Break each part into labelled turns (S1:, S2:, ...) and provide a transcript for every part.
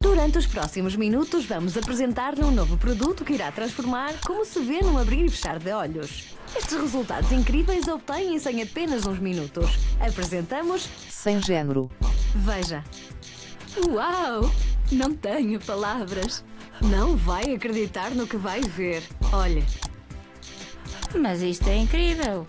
S1: Durante os próximos minutos, vamos apresentar-lhe um novo produto que irá transformar como se vê num abrir e fechar de olhos. Estes resultados incríveis obtêm-se em apenas uns minutos. Apresentamos.
S2: Sem género.
S1: Veja. Uau! Não tenho palavras. Não vai acreditar no que vai ver. Olhe,
S3: Mas isto é incrível.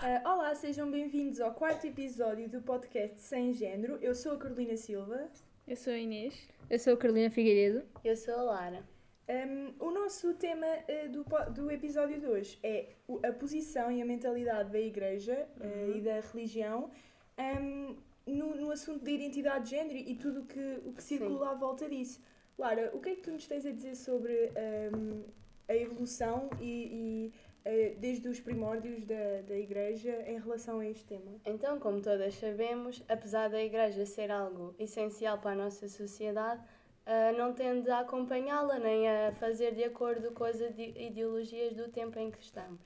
S4: Ah, olá, sejam bem-vindos ao quarto episódio do podcast Sem Género. Eu sou a Carolina Silva.
S5: Eu sou a Inês.
S6: Eu sou a Carolina Figueiredo.
S7: Eu sou a Lara.
S4: Ahm, o nosso tema ah, do, po- do episódio de hoje é o- a posição e a mentalidade da Igreja ah,
S7: Uhum.
S4: e da religião ahm, no, no assunto da identidade de género e tudo o que, o que circula à volta disso. Lara, o que é que tu nos tens a dizer sobre ahm, a evolução e, e, ah, desde os primórdios da, da Igreja em relação a este tema?
S7: Então, como todas sabemos, apesar da Igreja ser algo essencial para a nossa sociedade, ah, não tende a acompanhá-la nem a fazer de acordo com as ide- ideologias do tempo em que estamos.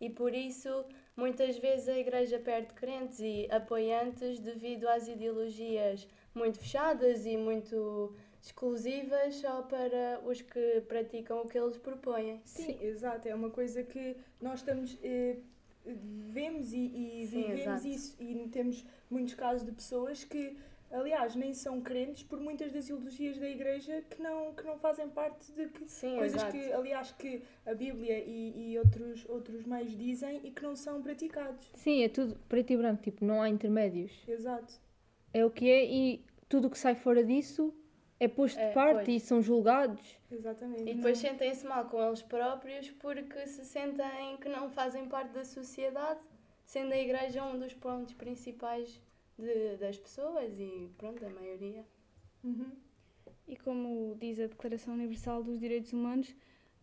S7: E por isso, muitas vezes a Igreja perde crentes e apoiantes devido às ideologias muito fechadas e muito exclusivas só para os que praticam o que eles propõem.
S4: Sim, exato. É uma coisa que nós estamos. eh, vemos e, e
S7: Sim,
S4: vivemos
S7: exato.
S4: isso. E temos muitos casos de pessoas que, aliás, nem são crentes por muitas das ideologias da igreja que não, que não fazem parte de que,
S7: Sim,
S4: coisas
S7: exato.
S4: que, aliás, que a Bíblia e, e outros, outros meios dizem e que não são praticados.
S6: Sim, é tudo preto e branco, tipo, não há intermédios.
S4: Exato.
S6: É o que é e tudo o que sai fora disso é posto
S7: É,
S6: de parte
S7: pois.
S6: e são julgados.
S4: Exatamente.
S7: E depois sentem-se mal com eles próprios porque se sentem que não fazem parte da sociedade, sendo a igreja um dos pontos principais de- das pessoas e pronto, da maioria.
S5: E como diz a Declaração Universal dos Direitos Humanos,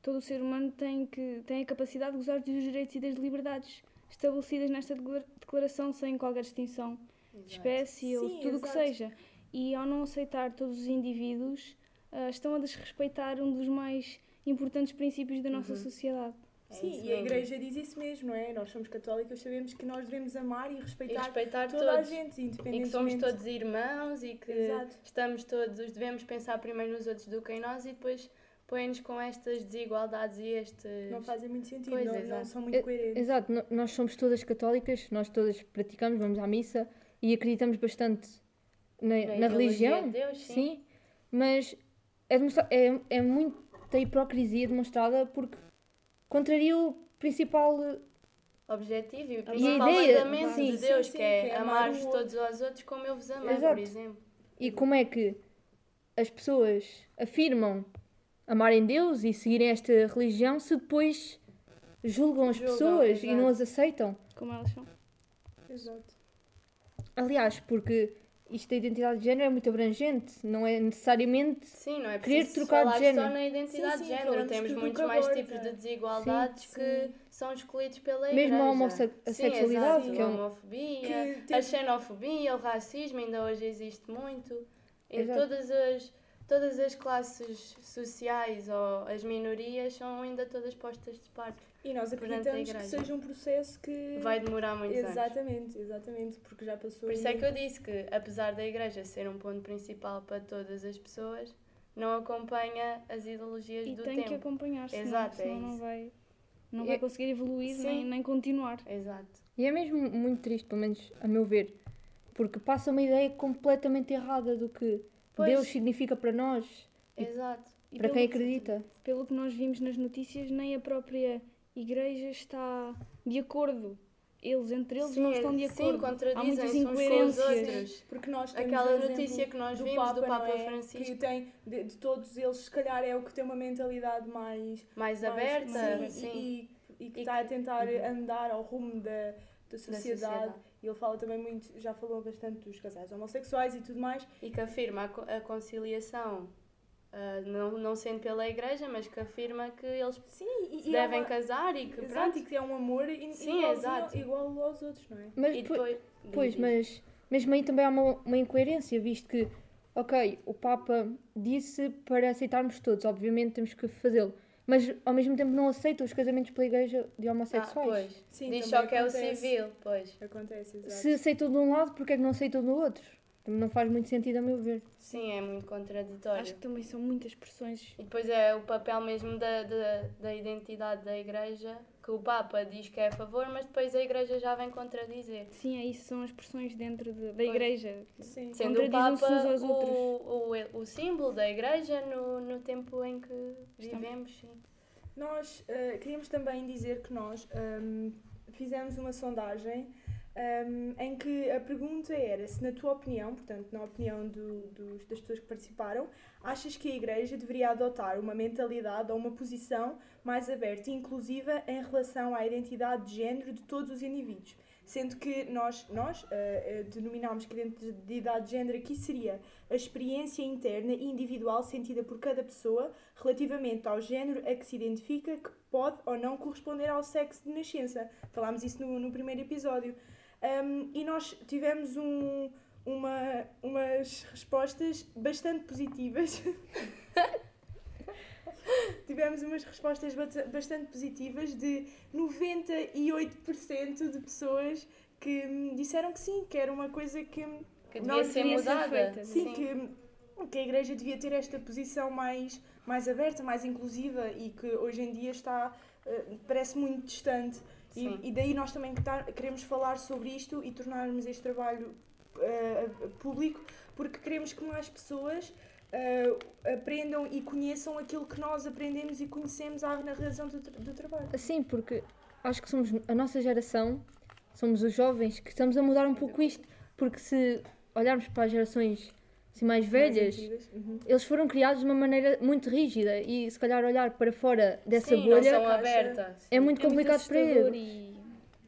S5: todo ser humano tem, que, tem a capacidade de gozar dos direitos e das liberdades estabelecidas nesta declar- declaração sem qualquer distinção de espécie ou
S4: Sim,
S5: de tudo o que
S4: exato.
S5: seja. E ao não aceitar todos os indivíduos, ah, estão a desrespeitar um dos mais importantes princípios da nossa sociedade.
S7: É
S4: Sim,
S7: isso
S4: e a
S7: mesmo.
S4: igreja diz isso mesmo, não é? Nós somos católicos, sabemos que nós devemos amar e respeitar,
S7: respeitar
S4: toda a
S7: todos.
S4: gente,
S7: E
S4: independentemente.
S7: que somos todos irmãos e que
S4: Exato.
S7: estamos todos, devemos pensar primeiro nos outros do que em nós e depois põem-nos com estas desigualdades e estes.
S4: Não fazem muito sentido,
S7: Pois,
S4: não, não
S7: exato.
S4: são muito
S6: É-
S4: coerentes.
S6: Exato, no- nós somos todas católicas, nós todas praticamos, vamos à missa e acreditamos bastante na, na
S7: ideologia
S6: religião.
S7: de Deus, sim.
S6: mas é, demonstra- é, é muita hipocrisia demonstrada porque contraria o principal. eh,
S7: objetivo e
S6: E a
S7: principal
S6: ideia-
S7: mandamento
S6: sim,
S7: de
S4: sim,
S7: Deus,
S4: sim,
S7: que é,
S4: que é amar o
S7: amar-vos
S4: outro.
S7: todos aos outros como eu vos amei, por
S6: Exato.
S7: exemplo.
S6: E como é que as pessoas afirmam amarem Deus e seguirem esta religião se depois julgam as
S7: Julgam,
S6: pessoas e não
S7: exato.
S6: as aceitam?
S5: Como elas são?
S4: Exato.
S6: Aliás, porque isto da identidade de género é muito abrangente, não é necessariamente
S7: Sim, não é
S6: Querer
S7: preciso
S6: trocar de
S7: falar só
S6: género.
S7: na identidade
S4: Sim, sim,
S7: de género.
S4: falamos
S7: Temos
S6: tipo
S4: tudo
S7: muitos
S4: que
S7: mais
S4: aborda.
S7: tipos de desigualdades
S6: Sim,
S7: que são excluídos pela
S6: Mesmo a
S7: igreja.
S6: homosse- a
S7: Sim,
S6: sexualidade,
S7: exato,
S6: que é um-
S7: a homofobia,
S4: Que
S7: a
S4: teve-
S7: xenofobia, o racismo ainda hoje existe muito. E
S6: Exato.
S7: todas as, todas as classes sociais ou as minorias são ainda todas postas de parte.
S4: E nós
S7: Perante a
S4: acreditamos que
S7: igreja.
S4: seja um processo que.
S7: Vai demorar muitos anos.
S4: Exatamente, exatamente, porque já passou.
S7: Por isso é que
S4: muito-
S7: eu disse que, apesar da igreja ser um ponto principal para todas as pessoas, não acompanha as ideologias
S5: E
S7: do
S5: tem que
S7: tempo.
S5: acompanhar, senão,
S7: Exato, é
S5: senão não,
S7: isso.
S5: vai, não vai
S6: É-
S5: conseguir evoluir
S7: Sim.
S5: nem, nem continuar.
S7: Exato.
S6: E é mesmo muito triste, pelo menos a meu ver, porque passa uma ideia completamente errada do que
S7: Pois.
S6: Deus significa para nós,
S7: Exato.
S5: E
S6: para
S5: pelo
S6: quem
S5: que-
S6: acredita.
S5: pelo que nós vimos nas notícias, nem a própria igreja está de acordo. Eles entre eles
S7: Sim,
S5: não estão de
S7: sim,
S5: acordo. Há
S7: contradizem-se
S5: muitas
S7: uns com os
S5: incoerências.
S7: outros.
S4: Porque nós temos
S7: Aquela
S4: o exemplo
S7: notícia que nós vimos do
S4: não
S7: Papa
S4: é?
S7: Francisco.
S4: Que tem, de, de todos eles, se calhar é o que tem uma mentalidade mais.
S7: Mais
S4: mais- sim,
S7: aberta, sim.
S4: E, e, e que
S7: E Uhum.
S4: está a tentar andar ao rumo da, da, sociedade.
S7: sociedade.
S4: E ele fala também muito, já falou bastante dos casais homossexuais e tudo mais.
S7: E que afirma a co- a conciliação, ah, não, não sendo pela igreja, mas que afirma que eles
S4: Sim, e,
S7: se
S4: e é
S7: devem
S4: uma-
S7: casar e que
S4: Exato,
S7: pronto.
S4: e que é um amor i-
S7: Sim,
S4: igualzinho-
S7: exato.
S4: igual aos outros, não é?
S6: Mas
S7: E
S6: po-
S7: depois,
S6: pois,
S7: diz-
S6: mas mesmo aí também há uma, uma incoerência, visto que, ok, o Papa disse para aceitarmos todos, obviamente temos que fazê-lo, mas ao mesmo tempo não aceita os casamentos pela igreja de
S7: ah,
S6: homossexuais.
S7: pois.
S4: Sim,
S7: diz
S4: também
S7: só que é o
S4: acontece.
S7: civil, pois.
S4: Acontece, exato.
S6: Se aceitou de um lado, porque é que não aceitou do outro? Também não faz muito sentido, a meu ver.
S7: Sim, é muito contraditório.
S5: Acho que também são muitas pressões.
S7: E depois é o papel mesmo da, da, da identidade da Igreja, que o Papa diz que é a favor, mas depois a Igreja já vem contradizer.
S5: Sim, é isso, são as pressões dentro de- da igreja. É
S4: Sim.
S7: Sendo o
S5: Contradizem-se uns
S7: Papa
S5: aos outros.
S7: o, o, o símbolo da Igreja no, no tempo em que
S5: Estamos.
S7: vivemos. Sim.
S4: Nós eh, queríamos também dizer que nós ahm, fizemos uma sondagem ahm, em que a pergunta era se, na tua opinião, portanto, na opinião do- dos- das pessoas que participaram, achas que a Igreja deveria adotar uma mentalidade ou uma posição mais aberta e inclusiva em relação à identidade de género de todos os indivíduos? Sendo que nós, nós eh, eh, denominámos que identidade de género aqui seria a experiência interna e individual sentida por cada pessoa relativamente ao género a que se identifica que pode ou não corresponder ao sexo de nascença. Falámos isso no, no primeiro episódio. Um, e nós tivemos um- uma, umas respostas bastante positivas. tivemos umas respostas bata- bastante positivas de 98% de pessoas que hum, disseram que sim, que era uma coisa que hum,
S7: Que devia
S4: Nós
S7: ser
S4: devia
S5: ser
S7: mudada.
S5: feita.
S4: Sim, Que, que a igreja devia ter esta posição mais, mais aberta, mais inclusiva e que hoje em dia está, eh, parece muito distante.
S7: Sim.
S4: E, e daí nós também que tá- queremos falar sobre isto e tornarmos este trabalho eh, público, porque queremos que mais pessoas eh, aprendam e conheçam aquilo que nós aprendemos e conhecemos à- na realização do, tra- do trabalho.
S6: Sim, porque acho que somos a nossa geração, somos os jovens que estamos a mudar um pouco isto, porque se olharmos para as gerações assim, mais velhas,
S4: Mais antigas. Uhum.
S6: eles foram criados de uma maneira muito rígida e se calhar olhar para fora dessa
S7: Sim, não
S6: bolha
S7: são
S4: caixa.
S7: abertas.
S6: é muito complicado para
S5: assustador
S6: eles.
S5: e-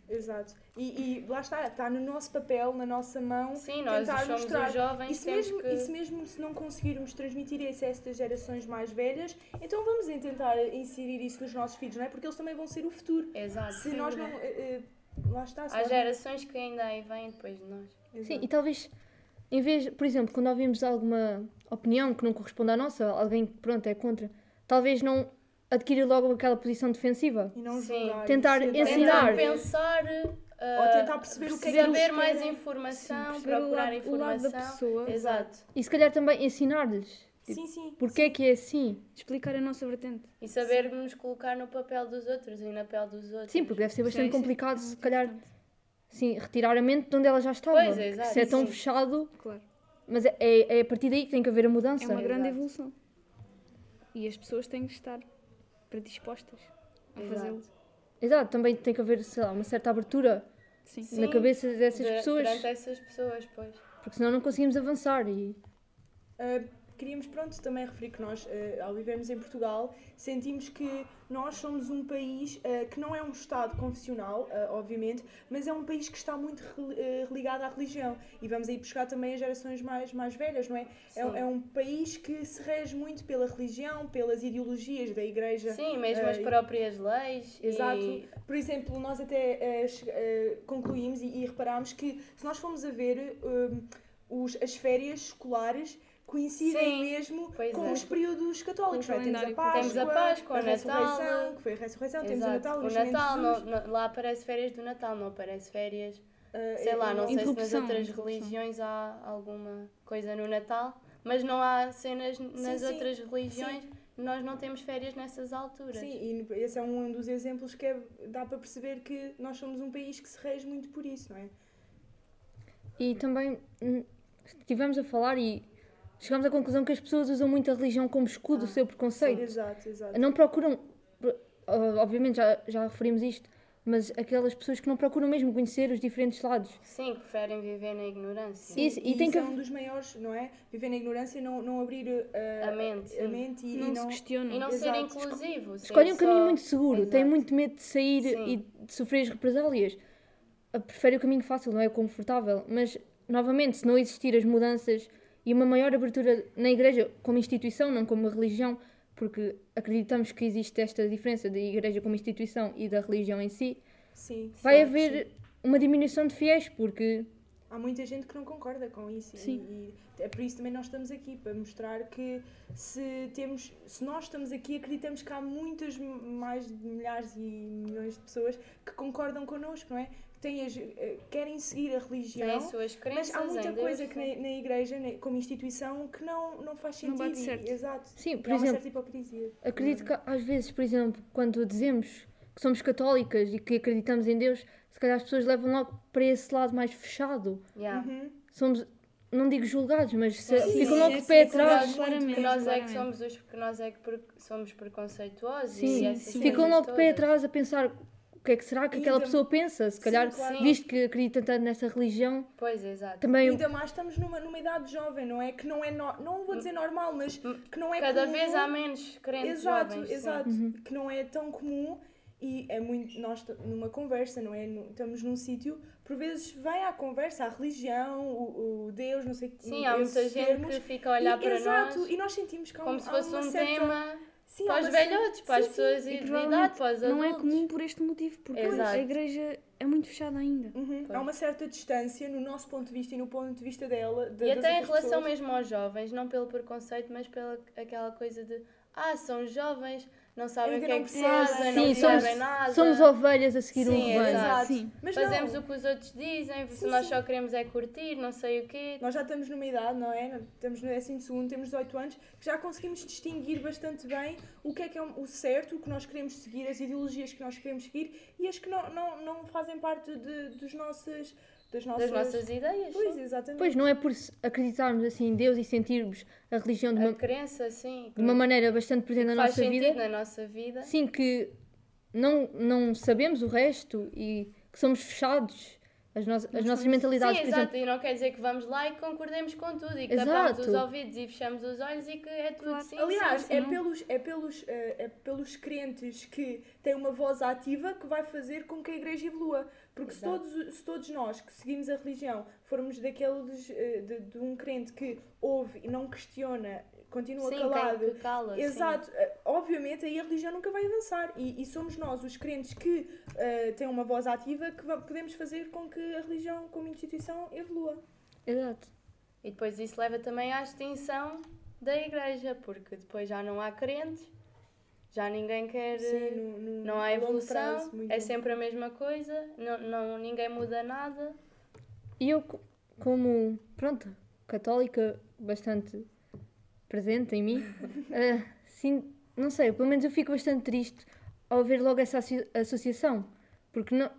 S4: Exato. E, e lá está, está no nosso papel, na nossa mão.
S7: Sim, nós
S4: tentar
S7: somos
S4: mostrar.
S7: os jovens,
S4: Isso
S7: temos
S4: mesmo,
S7: que...
S4: isso mesmo se não conseguirmos transmitir esse a estas gerações mais velhas, então vamos em tentar inserir isso nos nossos filhos, não é? Porque eles também vão ser o futuro.
S7: Exato.
S4: Se nós não. eh, eh, lá está, se
S7: Há
S4: nós-
S7: gerações que ainda aí vêm depois de nós.
S6: Sim,
S4: Exato.
S6: e talvez, em vez, por exemplo, quando ouvimos alguma opinião que não corresponde à nossa, alguém que pronto é contra, talvez não adquirir logo aquela posição defensiva.
S4: E não
S7: Sim.
S4: julgar,
S6: Tentar
S7: Tentar
S6: Ensinar.
S7: pensar,
S4: Ou tentar
S7: uh,
S4: perceber o que é que eles
S7: saber mais
S4: querem.
S7: informação,
S5: perceber o
S7: procurar
S5: lado- o lado da
S7: informação.
S5: pessoa.
S7: Exato.
S6: E se calhar também ensinar-lhes
S4: Sim, sim.
S6: porque é que é assim.
S5: Explicar a nossa vertente.
S7: E saber nos colocar no papel dos outros e na pele dos outros.
S6: Sim, porque deve ser bastante
S5: Sim, sim.
S6: complicado, se
S5: Muito
S6: calhar,
S5: é importante,
S6: sim, retirar a mente de onde ela já estava.
S7: Pois é,
S6: Que
S7: exato,
S6: se é tão
S7: sim.
S6: fechado,
S5: Claro.
S6: mas é, é, é a partir daí que tem que haver a mudança.
S5: É uma grande
S7: Exato.
S5: evolução. E as pessoas têm que estar predispostas a
S7: Exato.
S5: fazê-lo.
S6: Exato, também tem que haver, sei lá, uma certa abertura
S5: Sim.
S7: Sim.
S6: na cabeça dessas
S7: Dura-
S6: pessoas,
S7: Durante essas pessoas, pois.
S6: porque senão não conseguimos avançar e
S4: Uh, queríamos, pronto, também referir que nós, uh, ao vivermos em Portugal, sentimos que nós somos um país uh, que não é um Estado confessional, uh, obviamente, mas é um país que está muito rel- uh, religado à religião. E vamos aí buscar também as gerações mais, mais velhas, não é? É, um-
S7: Sim.
S4: é um país que se rege muito pela religião, pelas ideologias da Igreja.
S7: Sim, mesmo as
S4: Eh,
S7: próprias leis. e-
S4: Exato. Por exemplo, nós até eh, che- eh, concluímos e, e reparámos que se nós formos a ver hum, os, as férias escolares coincidem
S7: Sim,
S4: mesmo
S7: pois
S4: com
S7: é.
S4: os períodos católicos.
S5: Com o
S4: não é? Temos a
S5: calendário
S4: Páscoa,
S7: Temos a Páscoa,
S4: a
S7: o Natal.
S4: ressurreição, que foi a ressurreição, temos o
S7: Exato.
S4: Natal, o, nascimento
S7: Natal,
S4: de
S7: não-
S4: Jesus,
S7: não- lá aparece férias do Natal, não aparece férias.
S4: eh,
S7: Sei lá,
S4: eh,
S7: não sei se nas
S5: Interrupção,
S7: outras
S5: interrupção.
S7: religiões há alguma coisa no Natal, mas não há cenas nas
S4: sim.
S7: outras religiões. Nós não temos férias nessas alturas.
S4: Sim, e no- esse é um dos exemplos que é- dá para perceber que nós somos um país que se rege muito por isso, não é?
S6: E também hum, estivemos a falar e chegámos à conclusão que as pessoas usam muito a religião como escudo do seu preconceito.
S4: Exato, exato.
S6: Não procuram, pro- ah, obviamente já, já referimos isto, mas aquelas pessoas que não procuram mesmo conhecer os diferentes lados.
S7: Sim, que preferem viver na ignorância.
S6: Sim. Isso, e
S4: e
S6: tem
S4: isso
S6: que
S4: é
S6: haver-
S4: um dos maiores, não é? Viver na ignorância e não, não abrir eh,
S7: A mente,
S4: a
S7: sim.
S4: mente e, e
S5: Não se
S4: não-
S5: questionam.
S7: E não
S4: Exato.
S7: ser inclusivo. ser
S6: Escolhem um caminho
S7: É só-
S6: muito seguro, têm
S7: Exato.
S6: muito medo de sair
S7: Sim.
S6: e de sofrer as represálias. Ah, Preferem o caminho fácil, não é o confortável, mas novamente, se não existir as mudanças e uma maior abertura na igreja como instituição, não como religião, porque acreditamos que existe esta diferença da igreja como instituição e da religião em si,
S4: Sim.
S6: vai
S4: sim, sim.
S6: haver uma diminuição de fiéis, porque
S4: Há muita gente que não concorda com isso. e-
S5: Sim.
S4: E, é por isso também nós estamos aqui, para mostrar que se, temos, se nós estamos aqui, acreditamos que há muitas m- mais de milhares e milhões de pessoas que concordam connosco, não é? têm as- eh, querem seguir a religião.
S7: Têm as suas crenças
S4: Mas há muita
S7: em Deus,
S4: coisa que
S7: sim.
S4: na, na igreja, na- como instituição, que não, não faz
S5: Não
S4: sentido.
S5: bate
S4: e-
S5: certo.
S4: Exato.
S6: Sim, por
S4: há uma
S6: exemplo-
S4: certa hipocrisia.
S7: Hum.
S6: Acredito que às vezes, por exemplo, quando dizemos que somos católicas e que acreditamos em Deus, se calhar as pessoas levam logo para esse lado mais fechado.
S7: Yeah.
S6: Somos, não digo julgados, mas se-
S7: Sim, é
S6: ficam logo de
S5: esse-
S6: pé
S5: esse lado
S6: atrás.
S5: claramente,
S7: Que nós é que
S5: claramente.
S7: somos os que nós é que pre- somos preconceituosos e
S6: Sim,
S7: essas
S6: ficam
S7: coisas
S6: logo de pé
S7: todas.
S6: atrás a pensar o que é que será que aquela
S4: Ainda-
S6: pessoa pensa. Se calhar,
S7: claro.
S6: visto que acredita tanto nessa religião,
S7: Pois, exato.
S4: E
S6: também
S4: ainda mais estamos numa, numa idade jovem, não é? Que não é, no- não vou dizer normal, mas que não é
S7: Hum. Cada
S4: comum.
S7: vez há menos crentes
S4: Exato,
S7: jovens. sim.
S4: exato.
S6: Uhum.
S4: Que não é tão comum e é muito. Nós t- numa conversa, não é? Nu- Estamos num sítio, por vezes vem à conversa a religião, o, o Deus, não sei o que.
S7: Sim, há muita
S4: esses
S7: gente
S4: termos.
S7: que fica a olhar
S4: E-
S7: para
S4: exato,
S7: nós
S4: e nós sentimos que há um-
S7: como se
S4: há
S7: fosse
S4: uma
S7: um
S4: certa-
S7: tema
S4: Sim, há
S7: para os
S4: uma certa-
S7: velhotes, para as
S4: sim, sim.
S7: pessoas de
S5: E
S7: idade,
S5: provavelmente
S7: para os adultos.
S5: não é comum por este motivo, porque
S7: Exato.
S5: a igreja é muito fechada ainda.
S4: Uhum, Há uma certa distância no nosso ponto de vista e no ponto de vista dela. de-
S7: E
S4: das
S7: até em
S4: outras
S7: relação
S4: pessoas.
S7: mesmo aos jovens, não pelo preconceito, mas pela aquela coisa de ah, são jovens, não sabem o
S4: Ainda
S7: que é
S4: não
S7: que
S4: percebem.
S7: fazem, não
S6: sim, somos,
S7: sabem nada.
S6: somos ovelhas a seguir um
S7: Sim,
S6: rebanho.
S7: exato.
S5: Sim.
S4: Mas não,
S7: Fazemos o que os outros dizem, se nós só queremos é curtir, não sei o quê.
S4: Nós já estamos numa idade, não é? Estamos no 12 segundo, temos 18 anos, que já conseguimos distinguir bastante bem o que é que é o certo, o que nós queremos seguir, as ideologias que nós queremos seguir e as que não, não, não fazem parte de, dos nossos, das nossas...
S7: das nossas ideias.
S4: Pois,
S7: sim.
S4: exatamente.
S6: Pois não é por se- acreditarmos assim em Deus e sentirmos a religião de uma,
S7: A crença, sim.
S6: de uma maneira bastante presente na
S7: faz
S6: nossa
S7: sentido né?
S6: vida,
S7: na nossa vida.
S6: sim que não, não sabemos o resto e que somos fechados às, no- às nossas mentalidades,
S7: Sim,
S6: por
S7: exato.
S6: exemplo.
S7: E não quer dizer que vamos lá e concordemos com tudo e que
S6: Exato.
S7: tapamos os ouvidos e fechamos os olhos e que é tudo sim.
S4: Aliás,
S7: sim,
S4: é pelos, é, pelos, eh, é pelos crentes que têm uma voz ativa que vai fazer com que a igreja evolua. Porque se
S7: Exato.
S4: todos, se todos nós que seguimos a religião formos daqueles eh, de, de um crente que ouve e não questiona, continua
S7: sim,
S4: calado,
S7: quem que cala, sim.
S4: Exato, Eh, obviamente aí a religião nunca vai avançar e, e somos nós, os crentes que eh, têm uma voz ativa, que va- podemos fazer com que a religião como instituição evolua.
S6: Exato.
S7: E depois isso leva também à extinção da igreja, porque depois já não há crentes, já ninguém quer. eh,
S4: Sim, Eh, no- no-
S7: não há
S4: a longo
S7: evolução,
S4: prazo, muito
S7: é
S4: bom.
S7: sempre a mesma coisa, não, não, ninguém muda nada.
S6: E eu, co- como, pronto, católica bastante presente em mim, eh, sim, não sei, pelo menos eu fico bastante triste ao ver logo essa associa- associação, porque não,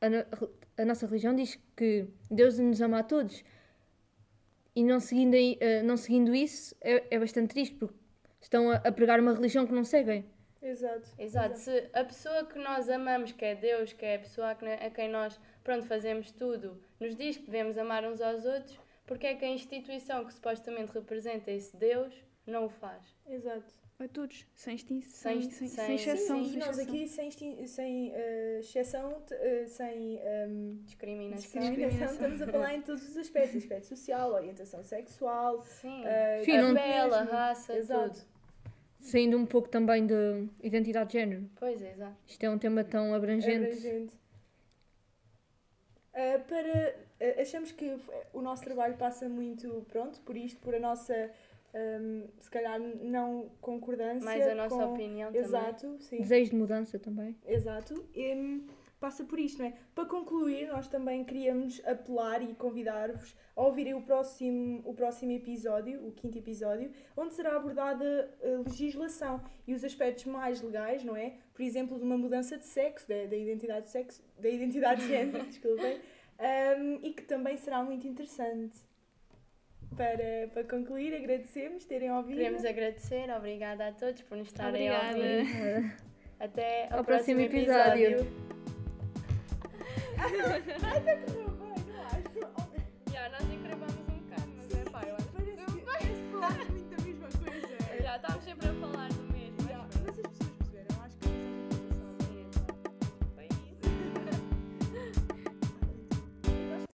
S6: a, no- a nossa religião diz que Deus nos ama a todos e não seguindo, aí- eh, não seguindo isso é, é bastante triste, porque estão a, a pregar uma religião que não seguem.
S4: Exato.
S7: Exato, se a pessoa que nós amamos, que é Deus, que é a pessoa a que- a quem nós, pronto, fazemos tudo, nos diz que devemos amar uns aos outros, porque é que a instituição que supostamente representa esse Deus não o faz?
S4: Exato.
S5: A todos, sem extinção,
S7: Sem
S5: sem,
S7: extin-
S5: sem,
S7: sem-
S5: exceção.
S4: Sim, e
S5: sem
S4: nós
S5: exceção.
S4: aqui sem, extin- sem eh, exceção, t- eh, sem ehm,
S7: Discriminação.
S4: discriminação, estamos a falar em todos os aspectos, aspecto social, orientação sexual,
S7: Sim,
S4: eh,
S6: Sim,
S7: a
S6: não-
S7: É bela,
S4: mesmo.
S7: raça,
S4: Exato.
S7: tudo.
S6: Saindo um pouco também da identidade de género.
S7: Pois é, exato.
S6: Isto é um tema tão abrangente.
S4: abrangente. Ah, para, ah, achamos que f- o nosso trabalho passa muito pronto por isto, por a nossa, ahm, se calhar, não concordância.
S7: Mais a nossa
S4: é com-
S7: opinião também.
S4: Exato, sim.
S6: Desejo de mudança também.
S4: Exato. Em, passa por isto, não é? Para concluir, nós também queríamos apelar e convidar-vos a ouvirem o próximo, o próximo episódio, o quinto episódio, onde será abordada a legislação e os aspectos mais legais, não é? Por exemplo, de uma mudança de sexo, da, da identidade de sexo, da identidade de género, desculpem, Em, e que também será muito interessante. Para, para concluir, agradecemos terem ouvido.
S7: Queremos agradecer, obrigada a todos por nos estarem a
S5: Obrigada.
S7: ouvir. Até ao,
S6: É, Ao próximo episódio.
S7: episódio.